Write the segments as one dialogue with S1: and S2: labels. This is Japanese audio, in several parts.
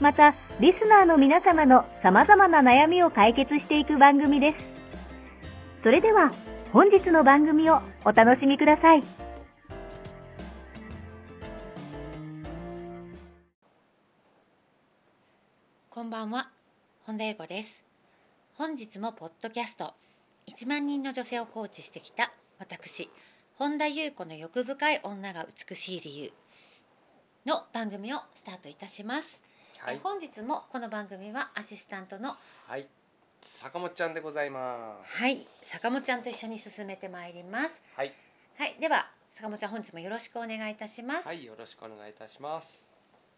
S1: また、リスナーの皆様の様々な悩みを解決していく番組です。それでは、本日の番組をお楽しみください。
S2: こんばんは、本田英子です。本日もポッドキャスト1万人の女性をコーチしてきた私、本田優子の欲深い女が美しい理由の番組をスタートいたします。
S3: は
S2: え
S3: い、
S2: 本日もこの番組はアシスタントの
S3: はい、坂本ちゃんでございます。
S2: はい、坂本ちゃんと一緒に進めてまいります。
S3: はい、
S2: はい、では坂本ちゃん本日もよろしくお願いいたします。
S3: は、い、よろしくお願いいたします。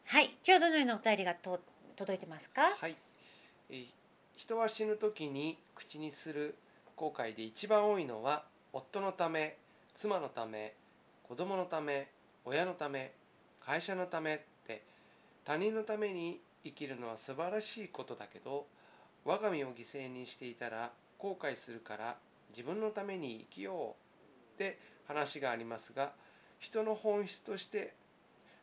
S2: はい、今日はどのようなお便りがと届いてますか？
S3: はい、えー人は死ぬ時に口にする後悔で一番多いのは夫のため、妻のため、子供のため、親のため、会社のためって他人のために生きるのは素晴らしいことだけど、我が身を犠牲にしていたら後悔するから自分のために生きようって話がありますが、人の本質として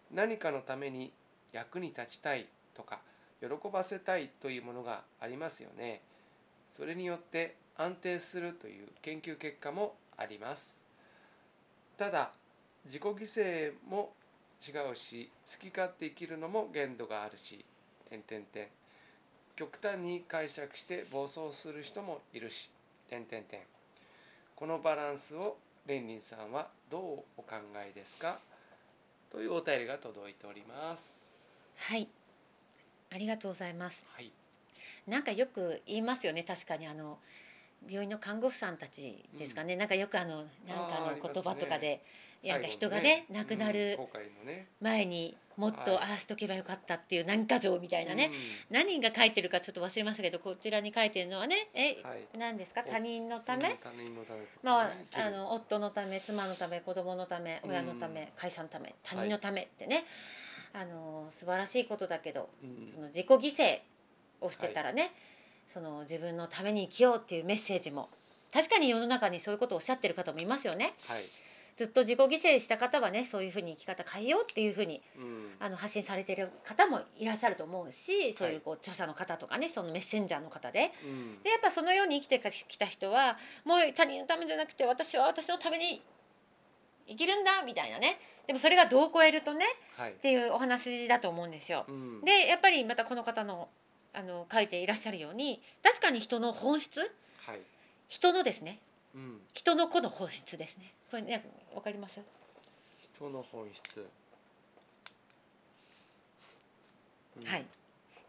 S3: 何かのために役に立ちたいとか喜ばせたいというものがありますよねそれによって安定するという研究結果もありますただ自己犠牲も違うし好き勝手生きるのも限度があるし点々点極端に解釈して暴走する人もいるし点々点このバランスをレンリンさんはどうお考えですかというお便りが届いております
S2: はい、ありがとうございます。
S3: はい
S2: なんかよく言いますよね確かにあの病院の看護婦さんたちですかね、なんかよくあのなんか
S3: あーあ
S2: あ
S3: り
S2: の
S3: ますね
S2: 言葉とかで、なんか
S3: 最後
S2: 人が
S3: の
S2: ね亡くな
S3: うん
S2: る
S3: 後悔のね
S2: 前にもっと、
S3: はい
S2: ああしとけばよかったっていう何か条みたいなね、
S3: う
S2: 何が書いてるかちょっと忘れましたけどこちらに書いてるのはねえ、
S3: んはい
S2: 何ですか
S3: お
S2: 他人のため、
S3: うん他人のためとかね
S2: まあ、
S3: 生きる
S2: あの夫のため妻のため子供のため
S3: うん
S2: 親のため、会社のため他人のためってね、あの素晴らしいことだけど
S3: うん
S2: その自己犠牲をしてたらね、その自分のために生きようっていうメッセージも確かに世の中にそういうことをおっしゃってる方もいますよね
S3: はい
S2: ずっと自己犠牲した方はねそういうふうに生き方変えようっていうふうに
S3: うん
S2: あの発信されてる方もいらっしゃると思うしそういうこう著者の方とかねそのメッセンジャーの方で
S3: うん
S2: でやっぱそのように生きてきた人はもう他人のためじゃなくて私は私のために生きるんだみたいなねでもそれが度を超えるとね
S3: はい
S2: っていうお話だと思うんですよ。
S3: うん
S2: でやっぱりまたこの方のあの書いていらっしゃるように確かに人の本質
S3: はい
S2: 人のですね
S3: うん
S2: 人の子の本質ですねこれねわかります
S3: 人の本質うん
S2: はい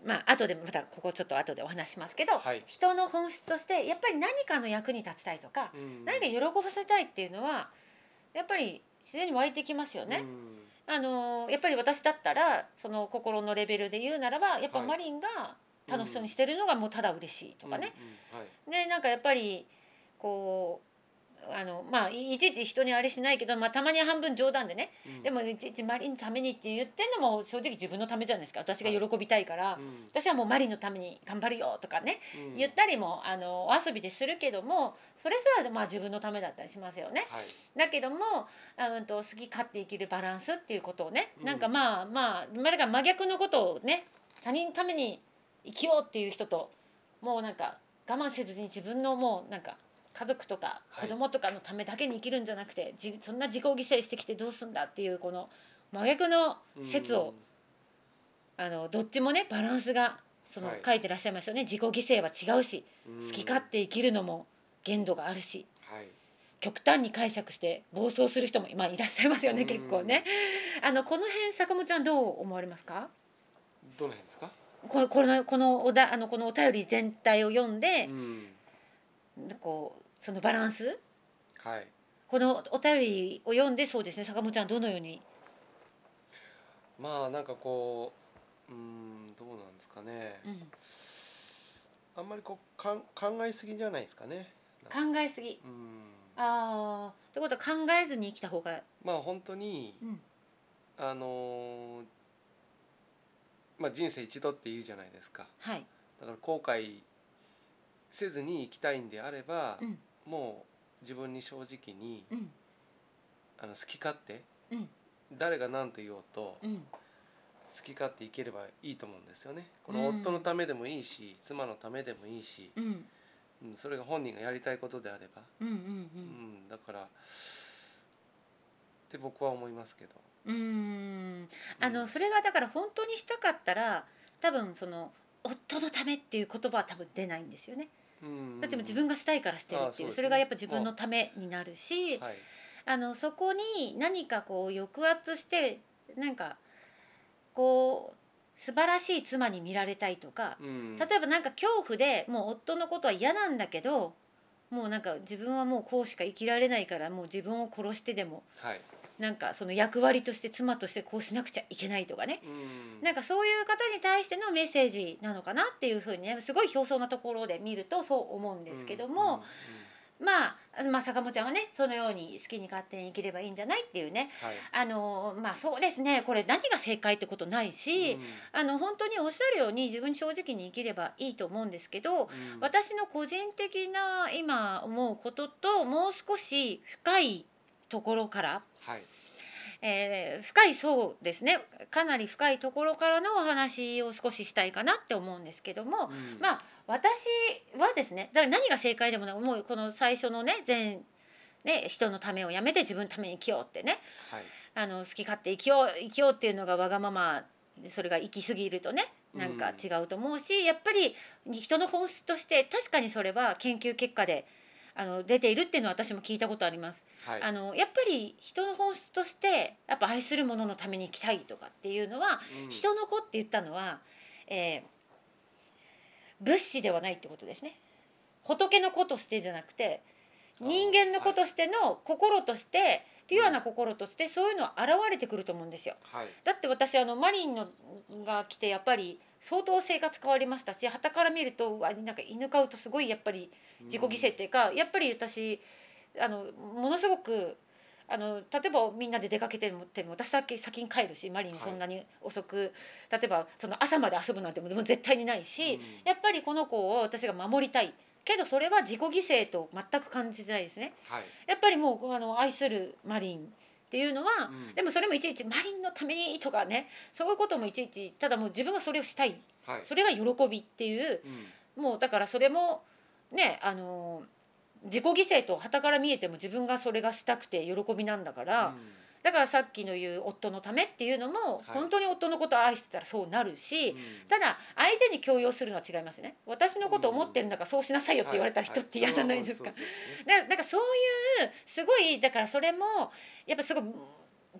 S2: まあ後でまたここちょっと後でお話しますけど、
S3: はい
S2: 人の本質としてやっぱり何かの役に立ちたいとか、
S3: うん
S2: 何か喜ばせたいっていうのはやっぱり自然に湧いてきますよ
S3: う
S2: ね。
S3: ん
S2: あのーやっぱり私だったらその心のレベルで言うならばやっぱ
S3: はい
S2: マリンが楽しそうにしてるのがもうただ嬉しいとかね、
S3: うんはい
S2: でなんかやっぱりこうあのまあいいちいち人にあれしないけど、まあ、たまには半分冗談でね、
S3: うん
S2: でもいちいちマリンのためにって言ってんのも正直自分のためじゃないですか私が喜びたいから、
S3: うん
S2: 私はもうマリンのために頑張るよとかね、
S3: うん
S2: 言ったりもあのお遊びでするけどもそれすらまあ自分のためだったりしますよね。
S3: はい
S2: だけどもあのと好き勝手生きるバランスっていうことをね、
S3: うん
S2: なんかまあまあまあだから真逆のことをね他人のために生きようっていう人ともうなんか我慢せずに自分のもうなんか家族とか
S3: はい
S2: 子供とかのためだけに生きるんじゃなくて、じそんな自己犠牲してきてどうすんだっていうこの真逆の説を、あのどっちもねバランスがその
S3: はい
S2: 書いてらっしゃいますよね、自己犠牲は違うし
S3: 好
S2: 好き勝手生きるのも限度があるし
S3: はい
S2: 極端に解釈して暴走する人も今いらっしゃいますよね
S3: うん
S2: 結構ねあのこの辺坂本ちゃんどう思われますか
S3: どの辺ですか、
S2: これこのこのおだあのこのお便り全体を読んで
S3: う、ん
S2: こうそのバランス
S3: はい
S2: このお便りを読んでそうですね坂本ちゃんどのように
S3: まあなんかこううんどうなんですかね、
S2: うん
S3: あんまりこうかん考えすぎじゃないですかね
S2: 考えすぎ
S3: うん
S2: ああってことは考えずに生きた方が、
S3: まあ本当に
S2: うん
S3: あのーまあ人生一度って言うじゃないですか
S2: はい、
S3: だから後悔せずに生きたいんであれば、
S2: うん
S3: もう自分に正直に
S2: うん
S3: あの好き勝手、
S2: うん
S3: 誰が何と言おうと
S2: うん
S3: 好き勝手いければいいと思うんですよね。こ
S2: う
S3: の
S2: ん
S3: 夫のためでもいいし、妻のためでもいいし、
S2: うん
S3: うん、それが本人がやりたいことであれば、
S2: うんうん
S3: うんだからって僕は思いますけど。
S2: うんうんあ
S3: う
S2: の
S3: ん
S2: それがだから本当にしたかったら多分その夫のためっていう言葉は多分出ないんですよね
S3: うん
S2: だってもう自分
S3: が、
S2: がしたいからしてるっていう,、
S3: あーそうですね
S2: それがやっぱ自分のためになるし、
S3: はい、
S2: あのそこに何かこう抑圧してなんかこう素晴らしい妻に見られたいとか、
S3: うん、
S2: 例えばなんか恐怖でもう夫のことは嫌なんだけどもうなんか自分はもうこうしか生きられないからもう自分を殺してでも
S3: はい、
S2: なんかその役割として妻としてこうしなくちゃいけないとかね
S3: うん、
S2: なんかそういう方に対してのメッセージなのかなっていうふうにねすごい表層なところで見るとそう思うんですけども、まあ、まあ坂本ちゃんはねそのように好きに勝手に生きればいいんじゃないっていうね
S3: うん、うんはい、
S2: あのまあそうですねこれ何が正解ってことないし、あの本当におっしゃるように自分に正直に生きればいいと思うんですけど
S3: うんうん
S2: 私の個人的な今思うことともう少し深いところから、
S3: はい、
S2: えー深いそうですねかなり深いところからのお話を少ししたいかなって思うんですけど
S3: う
S2: も、
S3: ん
S2: まあ私はですねだから何が正解でもなくもうこの最初のね全ね人のためをやめて自分のために生きようってね
S3: はい、
S2: あの好き勝手生きよう生きようっていうのがわがままでそれが行き過ぎるとねなんか違うと思うし、やっぱり人の本質として確かにそれは研究結果であの出ているっていうのは私も聞いたことあります。
S3: はい、
S2: あのやっぱり人の本質としてやっぱ愛する者のために生きたいとかっていうのは
S3: うん
S2: 人の子って言ったのは、えー物資ではないってことですね仏の子としてじゃなくて人間の子としての心としてピュアな心としてそういうのは現れてくると思うんですよ
S3: はい、
S2: だって私あのマリンのが来てやっぱり相当生活変わりましたし傍から見るとうわなんか犬飼うとすごいやっぱり自己犠牲っていうか、やっぱり私あのものすごくあの例えばみんなで出かけてもても私先先に帰るしマリン
S3: はい
S2: そんなに遅く、例えばその朝まで遊ぶなんてもう絶対にないし、
S3: うん
S2: やっぱりこの子を私が守りたいけどそれは自己犠牲と全く感じてないですね
S3: はい、
S2: やっぱりもうあの愛するマリンっていうのは、
S3: うん
S2: でもそれもいちいちマリンのためにとかねそういうこともいちいちただもう自分がそれをしたい
S3: はい、
S2: それが喜びっていう
S3: うん
S2: もうだからそれもねあの自己犠牲と傍から見えても自分がそれがしたくて喜びなんだから、
S3: うん
S2: だからさっきの言う夫のためっていうのも、
S3: はい
S2: 本当に夫のことを愛してたらそうなるし、
S3: うん
S2: ただ相手に強要するのは違いますね私のことを思ってるんだからそうしなさいよって言われたら人って嫌じゃないです
S3: は。
S2: か
S3: い
S2: だだからそういうすごいだからそれもやっぱすごい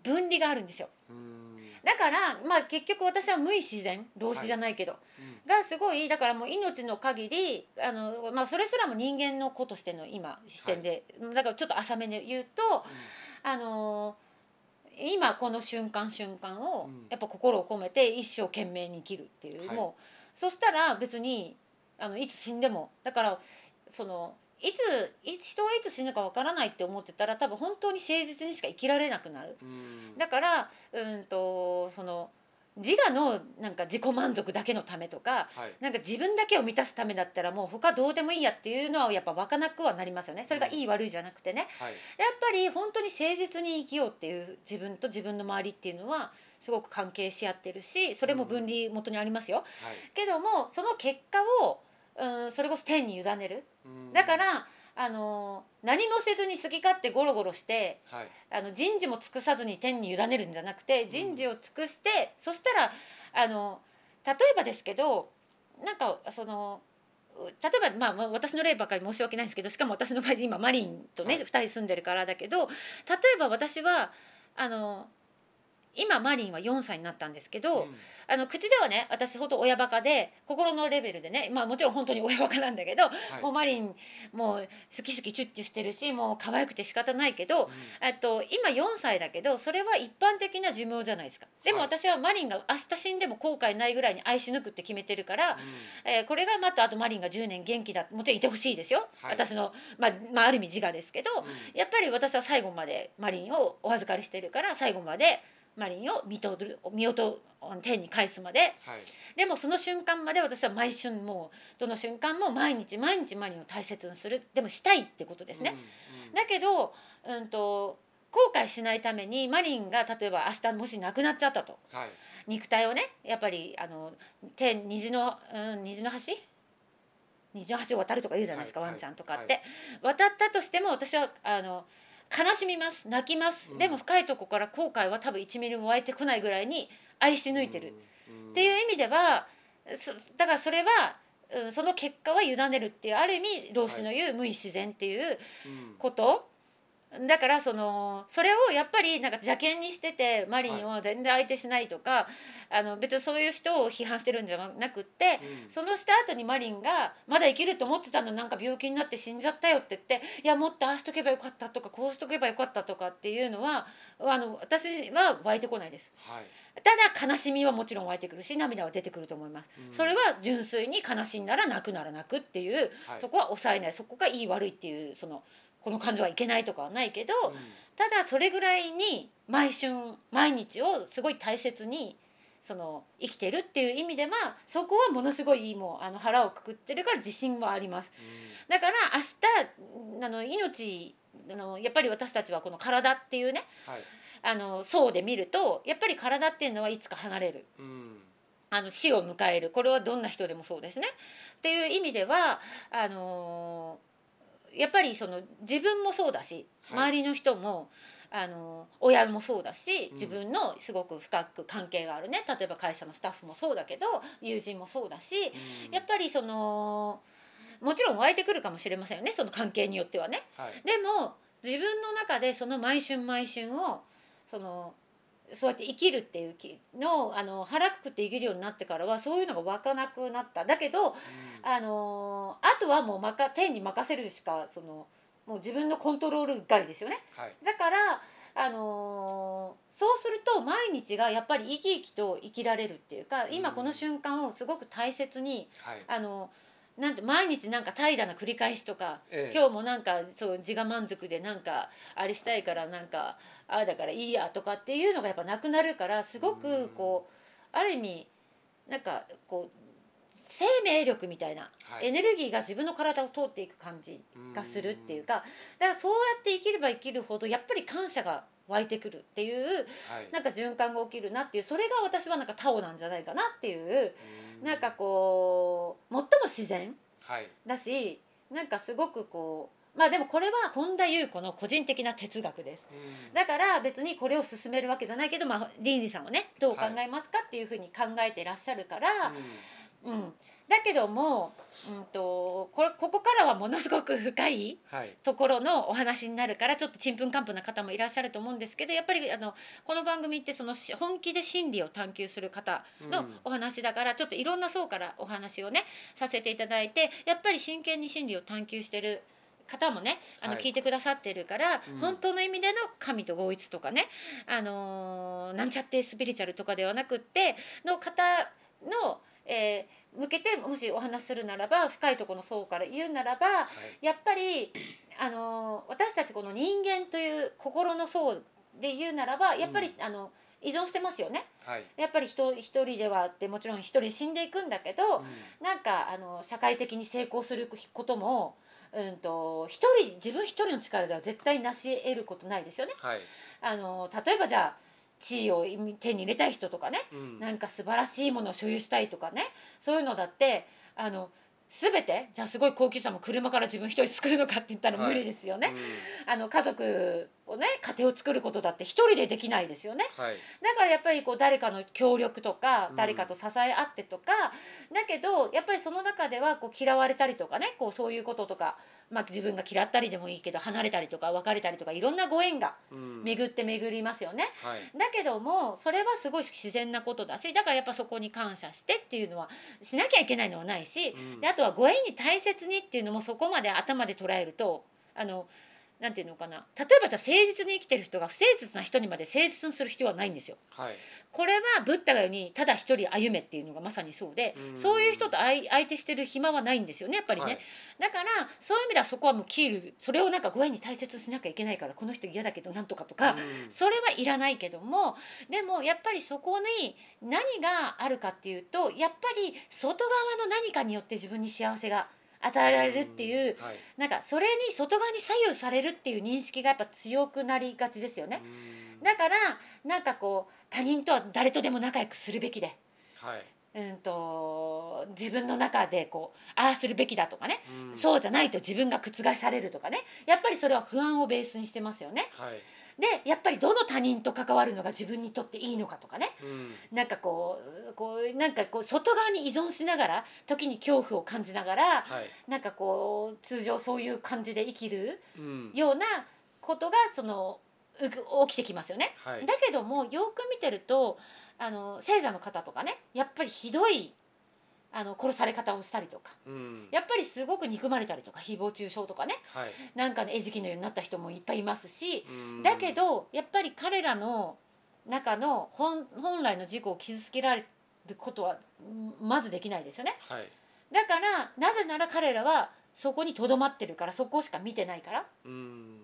S2: 分離があるんですよ
S3: はいうん
S2: だからまあ結局私は無意自然動詞じゃないけど、
S3: うん
S2: がすごいだからもう命の限りあの、まあ、それすらも人間の子としての今視点で、だからちょっと浅めで言うとあの今この瞬間瞬間を
S3: うん
S2: やっぱ心を込めて一生懸命に生きるっていう、
S3: はい
S2: もうそしたら別にあのいつ死んでもだからそのいついつ人はいつ死ぬかわからないって思ってたら多分本当に誠実にしか生きられなくなる。
S3: うんうん
S2: だからうんとその自我のなんか自己満足だけのためとか
S3: はい
S2: なんか自分だけを満たすためだったらもう他どうでもいいやっていうのはやっぱ湧かなくはなりますよねそれがいい悪いじゃなくてね
S3: はい
S2: やっぱり本当に誠実に生きようっていう自分と自分の周りっていうのはすごく関係し合ってるしそれも分離元にありますよ
S3: はい
S2: けどもその結果をうんそれこそ天に委ねる
S3: うん
S2: だからあの何もせずに好き勝手ゴロゴロして
S3: はい
S2: あの人事も尽くさずに天に委ねるんじゃなくて人事を尽くして、そしたらあの例えばですけどなんかそのう例えば、まあまあ、私の例ばかり申し訳ないんですけどしかも私の場合今マリンとね、
S3: はい
S2: 2人住んでるからだけど例えば私はあの今マリンは4歳になったんですけど、
S3: ん
S2: あの口ではね私ほんと親バカで心のレベルでね、まあ、もちろん本当に親バカなんだけど、
S3: はい
S2: もうマリンもう好き好きチュッチュしてるしもう可愛くて仕方ないけど、
S3: うん
S2: えっと今4歳だけどそれは一般的な寿命じゃないですかでも
S3: はい
S2: 私はマリンが明日死んでも後悔ないぐらいに愛し抜くって決めてるから、
S3: う
S2: えーこれがまたあとマリンが10年元気だもちろんいてほしいですよ、
S3: はい
S2: 私の、まあまあ、ある意味自我ですけど、
S3: んうん
S2: やっぱり私は最後までマリンをお預かりしてるから最後までマリンを見とる見落と天に返すまで
S3: はい
S2: でもその瞬間まで私は毎瞬もうどの瞬間も毎日毎日マリンを大切にするでもしたいってことです
S3: う
S2: ね。
S3: んうん
S2: だけど、うん、と後悔しないためにマリンが例えば明日もし亡くなっちゃったと
S3: はい
S2: 肉体をねやっぱりあの天虹の、うん、虹の橋虹の橋を渡るとか言うじゃないですか、
S3: はい
S2: ワンちゃんとかって、渡ったとしても私はあの悲しみます泣きます、
S3: うん
S2: でも深いとこから後悔は多分1ミリも湧いてこないぐらいに愛し抜いてる、
S3: うん
S2: っていう意味ではそだからそれは、うん、その結果は委ねるっていうある意味老子の言う無意自然っていう、
S3: うん
S2: ことだからそのそれをやっぱりなんか邪険にしててマリンを全然相手しないとか、あの別にそういう人を批判してるんじゃなくって、
S3: うん
S2: そのした後にマリンが「まだ生きると思ってたのなんか病気になって死んじゃったよ」って言って「いやもっとああしとけばよかった」とかこうしとけばよかったとかっていうのはあの私は湧いてこないです
S3: はい
S2: ただ悲しみはもちろん湧いてくるし涙は出てくると思います、
S3: うん
S2: それは純粋に悲しんだら泣くなら泣くっていう
S3: はい
S2: そこは抑えないそこがいい悪いっていうそのこの感情はいけないとかはないけど
S3: うん
S2: ただそれぐらいに毎春毎日をすごい大切にその生きてるっていう意味ではそこはものすごいもうあの腹をくくってるから自信はあります。だから明日あの命あのやっぱり私たちはこの体っていうね
S3: はい
S2: あの層で見るとやっぱり体っていうのはいつか離れる
S3: うん
S2: あの死を迎えるこれはどんな人でもそうですねっていう意味ではあのーやっぱりその自分もそうだし
S3: はい
S2: 周りの人も、あのー親もそうだし
S3: うん
S2: 自分のすごく深く関係があるね例えば会社のスタッフもそうだけど友人もそうだし
S3: うん
S2: やっぱりそのもちろん湧いてくるかもしれませんよねその関係によってはね。
S3: はい
S2: でも自分の中でその毎春毎春をそのそうやって生きるっていうきのをあの腹くくって生きるようになってからはそういうのが湧かなくなっただけど
S3: うん
S2: あのーあとはもうまか天に任せるしかそのもう自分のコントロール外ですよね
S3: はい
S2: だからあのーそうすると毎日がやっぱり生き生きと生きられるっていうか今この瞬間をすごく大切に
S3: はい
S2: あのなんて毎日なんか怠惰な繰り返しとか
S3: ええ
S2: 今日もなんかそう自我満足でなんかあれしたいからなんかああだからいいやとかっていうのがやっぱなくなるからすご
S3: うん
S2: くこうある意味なんかこう生命力みたいな
S3: はい
S2: エネルギーが自分の体を通っていく感じがするっていうかだからそうやって生きれば生きるほどやっぱり感謝が湧いてくるっていう
S3: うんはい
S2: なんか循環が起きるなっていうそれが私はなんかタオなんじゃないかなっていう
S3: う
S2: なんかこう最も自然
S3: はい
S2: だしなんかすごくこうまあでもこれは本田裕子の個人的な哲学です
S3: うん
S2: だから別にこれを進めるわけじゃないけど、まあ、リーニさんはねどう考えますかっていうふうに考えていらっしゃるから、
S3: うん
S2: うんだけども、うん、とこれここからはものすごく深い
S3: はい
S2: ところのお話になるからちょっとちんぷんかんぷんな方もいらっしゃると思うんですけどやっぱりあのこの番組ってそのし本気で真理を探求する方
S3: う
S2: の
S3: ん
S2: お話だから、ちょっといろんな層からお話をねさせていただいてやっぱり真剣に真理を探求してる方もねあの、
S3: はい
S2: 聞いてくださってるから、
S3: うん
S2: 本当の意味での神と合一とかね、あのーなんちゃってスピリチュアルとかではなくっての方の、えー向けてもしお話しするならば深いところの層から言うならば
S3: はい
S2: やっぱり、あのー私たちこの人間という心の層で言うならばやっぱり、あの依存してますよね。
S3: はい
S2: やっぱり人一人ではってもちろん一人死んでいくんだけど、
S3: うん
S2: なんかあの社会的に成功することも、うん、と一人自分一人の力では絶対成し得ることないですよね。
S3: はい
S2: あの例えばじゃあ地位を手に入れたい人とかね
S3: うん
S2: なんか素晴らしいものを所有したいとかねそういうのだってあの全てじゃあすごい高級車も車から自分一人作るのかって言ったら無理ですよ
S3: う
S2: ね。
S3: ん
S2: あの家族をね家庭を作ることだって一人でできないですよね。
S3: はい
S2: だからやっぱりこう誰かの協力とか
S3: うん
S2: 誰かと支え合ってとか、だけどやっぱりその中ではこう嫌われたりとかねこうそういうこととか、まあ、自分が嫌ったりでもいいけど離れたりとか別れたりとかいろんなご縁が
S3: うん
S2: 巡って巡りますよね。
S3: はい
S2: だけどもそれはすごい自然なことだしだからやっぱそこに感謝してっていうのはしなきゃいけないのはないし、
S3: うん
S2: であとはご縁に大切にっていうのもそこまで頭で捉えるとあのなんていうのかな例えばじゃあ誠実に生きてる人が不誠実な人にまで誠実にする必要はないんですよ。
S3: はい
S2: これはブッダが言うにただ一人歩めっていうのがまさにそうで、
S3: うん
S2: そういう人と相相手してる暇はないんですよねやっぱりね、
S3: はい
S2: だからそういう意味ではそこはもうキールそれをなんかご縁に大切にしなきゃいけないからこの人嫌だけどなんとかとか、
S3: うん
S2: それはいらないけどもでもやっぱりそこに何があるかっていうとやっぱり外側の何かによって自分に幸せが与えられるっていう、
S3: んはい
S2: なんかそれに外側に左右されるっていう認識がやっぱ強くなりがちですよね。
S3: うん
S2: だからなんかこう他人とは誰とでも仲良くするべきで、
S3: はい
S2: うん、と自分の中でこうああするべきだとかね、
S3: うん
S2: そうじゃないと自分が覆されるとかねやっぱりそれは不安をベースにしてますよね。
S3: はい
S2: でやっぱりどの他人と関わるのが自分にとっていいのかとかね
S3: うん
S2: なんかこうこうなんかこう外側に依存しながら時に恐怖を感じながら
S3: はい
S2: なんかこう通常そういう感じで生きる
S3: うん
S2: ようなことがそのうく起きてきますよね。
S3: はい
S2: だけどもよく見てるとあの聖座の方とかねやっぱりひどいあの殺され方をしたりとか
S3: うん
S2: やっぱりすごく憎まれたりとか誹謗中傷とかね
S3: はい
S2: なんかの餌食のようになった人もいっぱいいますし
S3: うん
S2: だけどやっぱり彼らの中の本本来の自己を傷つけられることはうんまずできないですよね
S3: はい
S2: だからなぜなら彼らはそこにとどまってるからそこしか見てないから
S3: うん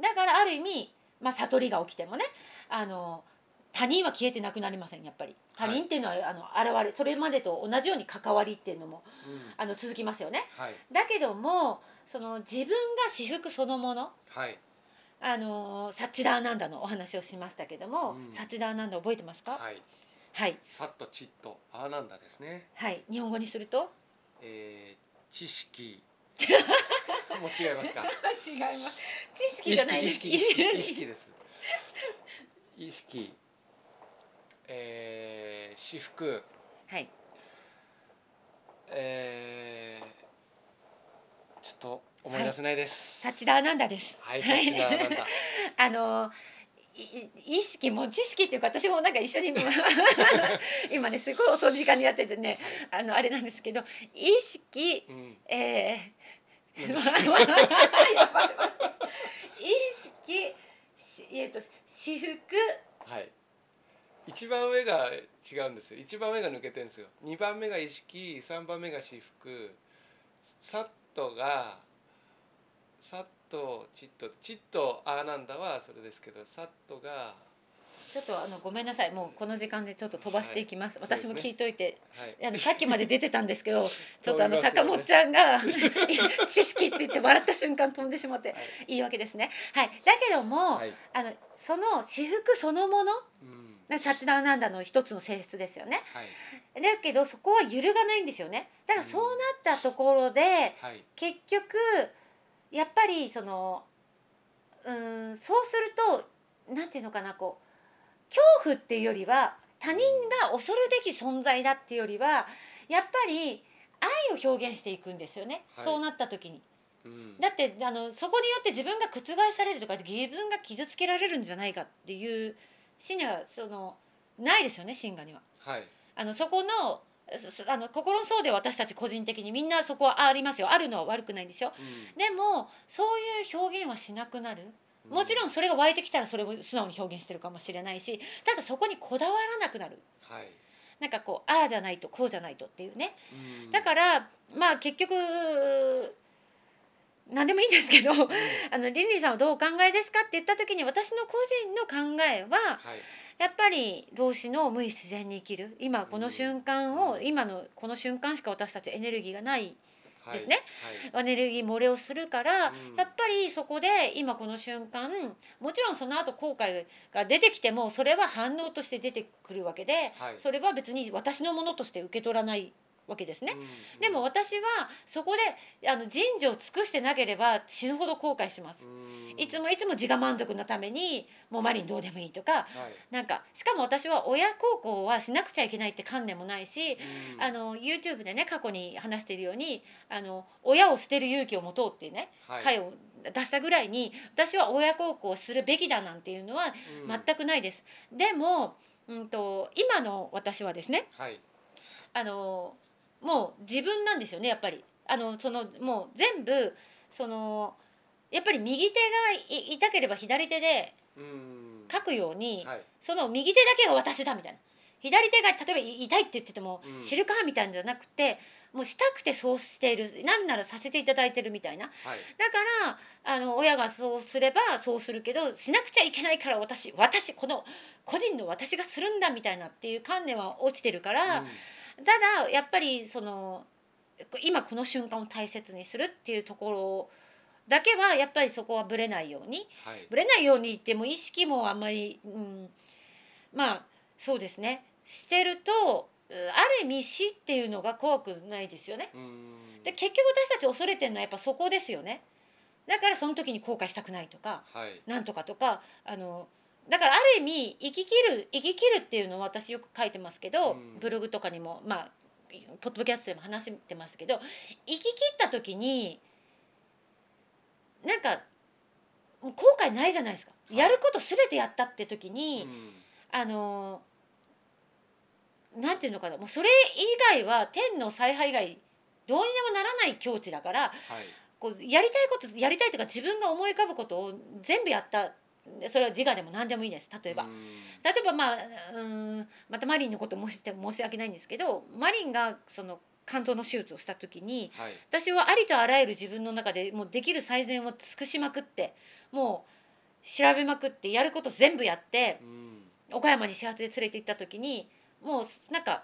S2: だからある意味、まあ、悟りが起きてもねあの他人は消えてなくなりませんやっぱり他人っていうのは、あの現れそれまでと同じように関わりっていうのも
S3: うん
S2: あの続きますよね
S3: はい
S2: だけどもその自分が私服そのもの
S3: はい
S2: あのーサッチダーナンダのお話をしましたけども、
S3: うん
S2: サッチダーナンダ覚えてますかはい、
S3: はい
S2: はい
S3: さっとちっとアーナンダですね
S2: 日本語にすると
S3: えー知 識もう違いますか
S2: 違います知識
S3: 意
S2: じゃな
S3: 識
S2: い
S3: 意識意識
S2: です
S3: 意
S2: 意識
S3: 識です意識えー、私服
S2: はい
S3: えー、ちょっと思い出せないです
S2: サッチダーナンダです
S3: はいそっちだなんだ
S2: あのーいい意識も知識っていうか私もなんか一緒 に今今ねすごい遅い時間にやっててねあのあれなんですけど意識
S3: うん
S2: えー、
S3: 何で
S2: や
S3: すか
S2: ばいやばい意識しえっ、と私服
S3: はい一番上が違うんですよ一番上が抜けてるんですよ二番目が意識三番目が私服サッとがサッとチッとチッとアーナンダはそれですけどサッとが
S2: ちょっとあのごめんなさいもうこの時間でちょっと飛ばしていきます、
S3: はい
S2: 私
S3: そう
S2: も
S3: ですね
S2: 聞いといて、
S3: はい
S2: あのさっきまで出てたんですけどちょっとあの
S3: 飛びます
S2: 坂
S3: よね
S2: 本ちゃんが 知識って言って笑った瞬間飛んでしまって
S3: はい
S2: いいわけですねはいだけども、
S3: はい、
S2: あのその私服そのもの
S3: うん、
S2: がサチダーナンダの一つの性質ですよね
S3: はい、
S2: だけどそこは揺るがないんですよねだからそうなったところで、
S3: はい、
S2: 結局やっぱりそのうーんそうするとなんていうのかなこう恐怖っていうよりは他人が恐るべき存在だっていうよりはやっぱり愛を表現していくんですよね、
S3: はい
S2: そうなった時に
S3: うん、
S2: だってあのそこによって自分が覆されるとか自分が傷つけられるんじゃないかっていう信念がそのないですよね信賀には。
S3: はい、
S2: あのそこのすすあの心の層で私たち個人的にみんなそこはあありますよあるのは悪くないんですよ
S3: うん
S2: でもそういう表現はしなくなるもちろん
S3: う
S2: それが湧いてきたらそれを素直に表現してるかもしれないしただそこにこだわらなくなる
S3: はい、
S2: なんかこうああじゃないとこうじゃないとっていうね
S3: うん
S2: だか、らまあ結局何でもいいんですけど
S3: うん
S2: あのリンリンさんはどうお考えですかって言った時に私の個人の考えは
S3: はい、
S2: やっぱり老子の無意自然に生きる今この瞬間を
S3: うん
S2: 今のこの瞬間しか私たちエネルギーがない
S3: はい、
S2: ですねエネルギー漏れをするから、
S3: はい、うん
S2: やっぱりそこで今この瞬間もちろんその後後悔が出てきてもそれは反応として出てくるわけで
S3: はい、
S2: それは別に私のものとして受け取らないわけです
S3: う
S2: ね
S3: ん。うん
S2: でも私はそこであの人事を尽くしてなければ死ぬほど後悔します。
S3: うん
S2: いつもいつも自我満足のためにもうマリンどうでもいいとか
S3: はい
S2: なんかしかも私は親孝行はしなくちゃいけないって観念もないし
S3: うん
S2: あの YouTube でね過去に話しているようにあの親を捨てる勇気を持とうっていうね
S3: はい
S2: 会を出したぐらいに私は親孝行をするべきだなんていうのは
S3: うん
S2: 全くないです。でも、うん、と今の私はですね
S3: はい
S2: あのもう自分なんですよねやっぱりあのそのもう全部そのやっぱり右手がい痛ければ左手で
S3: うん
S2: 書くように、
S3: はい
S2: その右手だけが私だみたいな左手が例えばい痛いって言ってても、
S3: うん
S2: 知るかみたいなんじゃなくてもうしたくてそうしているなんならさせていただいてるみたいな
S3: はい
S2: だからあの親がそうすればそうするけどしなくちゃいけないから私私この個人の私がするんだみたいなっていう観念は落ちてるから、
S3: うん
S2: ただやっぱりその今この瞬間を大切にするっていうところだけはやっぱりそこはぶれないように
S3: はい
S2: ぶれないようにっても意識もあんまり、うん、まあそうですねしてるとうある意味死っていうのが怖くないですよね。
S3: うん
S2: で結局私たち恐れてるのはやっぱそこですよね。だからその時に後悔したくないとか
S3: はい
S2: なんとかとかあのだからある意味生き切る生き切るっていうのを私よく書いてますけど、
S3: うん
S2: ブログとかにもまあポッドキャストでも話してますけど生き切った時になんかもう後悔ないじゃないですか、
S3: はい
S2: やること全てやったって時
S3: う
S2: に、
S3: ん
S2: あのなんていうのかなもうそれ以外は天の采配以外どうにでもならない境地だから
S3: はい
S2: こうやりたいことやりたいというか自分が思い浮かぶことを全部やったそれは自我でも何でもいいです例えば、
S3: うん
S2: 例えばまあうーんまたマリンのこと申して申し訳ないんですけどマリンがその肝臓の手術をした時に
S3: はい
S2: 私はありとあらゆる自分の中でもうできる最善を尽くしまくってもう調べまくってやること全部やって
S3: うん
S2: 岡山に始発で連れて行った時にもうなんか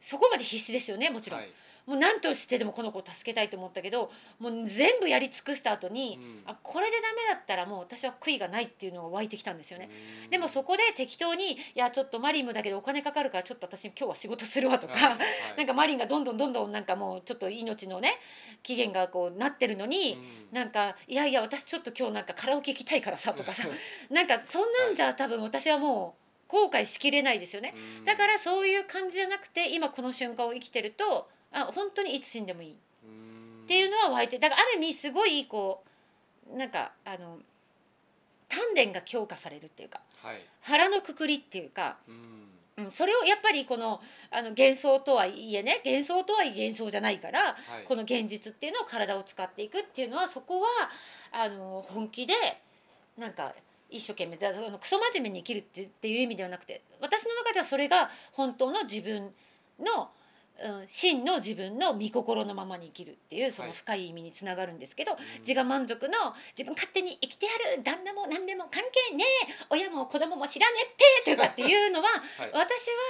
S2: そこまで必死ですよねもちろん。
S3: はい
S2: もう何としてでもこの子を助けたいと思ったけどもう全部やり尽くした後
S3: う
S2: に、
S3: ん
S2: あこれでダメだったらもう私は悔いがないっていうのが湧いてきたんですよね。
S3: うん
S2: でもそこで適当に「いやちょっとマリンもだけどお金かかるからちょっと私今日は仕事するわ」とか、
S3: はいはい
S2: なんかマリンがどんどんどんどんなんかもうちょっと命のね期限がこうなってるの
S3: う
S2: に、
S3: ん
S2: なんか「いやいや私ちょっと今日なんかカラオケ行きたいからさ」とかさなんかそんなんじゃ多分私はもう後悔しきれないですよね。
S3: うん
S2: だからそういう感じじゃなくて今この瞬間を生きてるとあ本当にいつ死んでもいいっ
S3: うん
S2: ていうのは湧いてだからある意味すごいこうなんかあの鍛錬が強化されるっていうか
S3: はい
S2: 腹のくくりっていうか、
S3: うん
S2: うん、それをやっぱりこのあの幻想とはいえね幻想とはいえ幻想じゃないから
S3: はい
S2: この現実っていうのを体を使っていくっていうのはそこはあの本気でなんか一生懸命だからそのクソ真面目に生きるってっていう意味ではなくて私の中ではそれが本当の自分の、うん、真の自分の御心のままに生きるっていうその
S3: はい
S2: 深い意味につながるんですけど、
S3: うん
S2: 自我満足の自分勝手に生きてやる旦那も何でも関係ねえ親も子供も知らねえっぺとかっていうのは、
S3: はい
S2: 私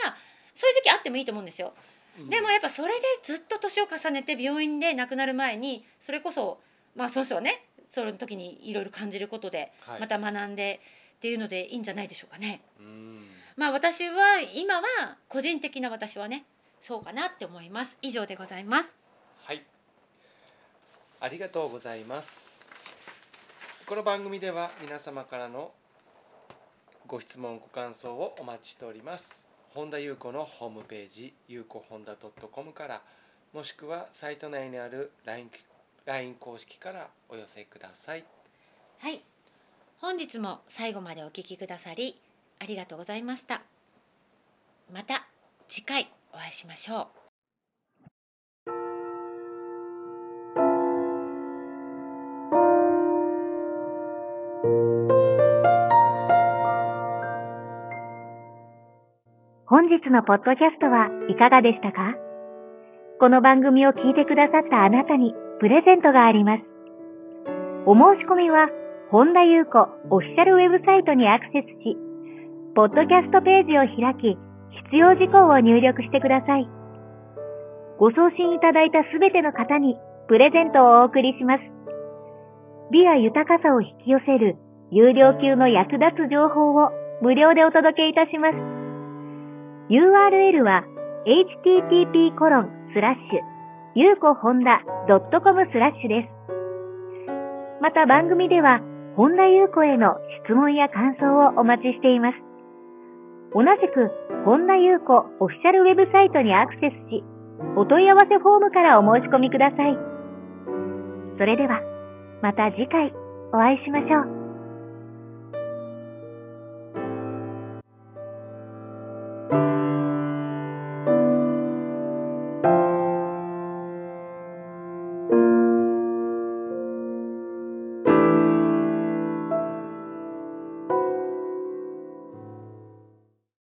S2: はそういう時あってもいいと思うんですよ。
S3: うん
S2: でもやっぱそれでずっと年を重ねて病院で亡くなる前にそれこそまあその人はねその時にいろいろ感じることで
S3: はい
S2: また学んでっていうのでいいんじゃないでしょうかね。
S3: うん
S2: まあ私は今は個人的な私はねそうかなって思います。以上でございます。
S3: はい。ありがとうございます。この番組では皆様からのご質問ご感想をお待ちしております。本田裕子のホームページゆうこ本田 .com からもしくはサイト内にある LINE, LINE 公式からお寄せください。
S2: はい。本日も最後までお聞きくださりありがとうございました。また次回お会いしましょう。
S1: 本日のポッドキャストはいかがでしたかこの番組を聞いてくださったあなたにプレゼントがあります。お申し込みは、本田優子オフィシャルウェブサイトにアクセスし、ポッドキャストページを開き、必要事項を入力してください。ご送信いただいたすべての方にプレゼントをお送りします。美や豊かさを引き寄せる有料級の役立つ情報を無料でお届けいたします。URL は http コロンスラッシュゆうこほんだ .com スラッシュです。また番組では、本田ゆう子への質問や感想をお待ちしています。同じく、本田ゆう子オフィシャルウェブサイトにアクセスし、お問い合わせフォームからお申し込みください。それでは、また次回お会いしましょう。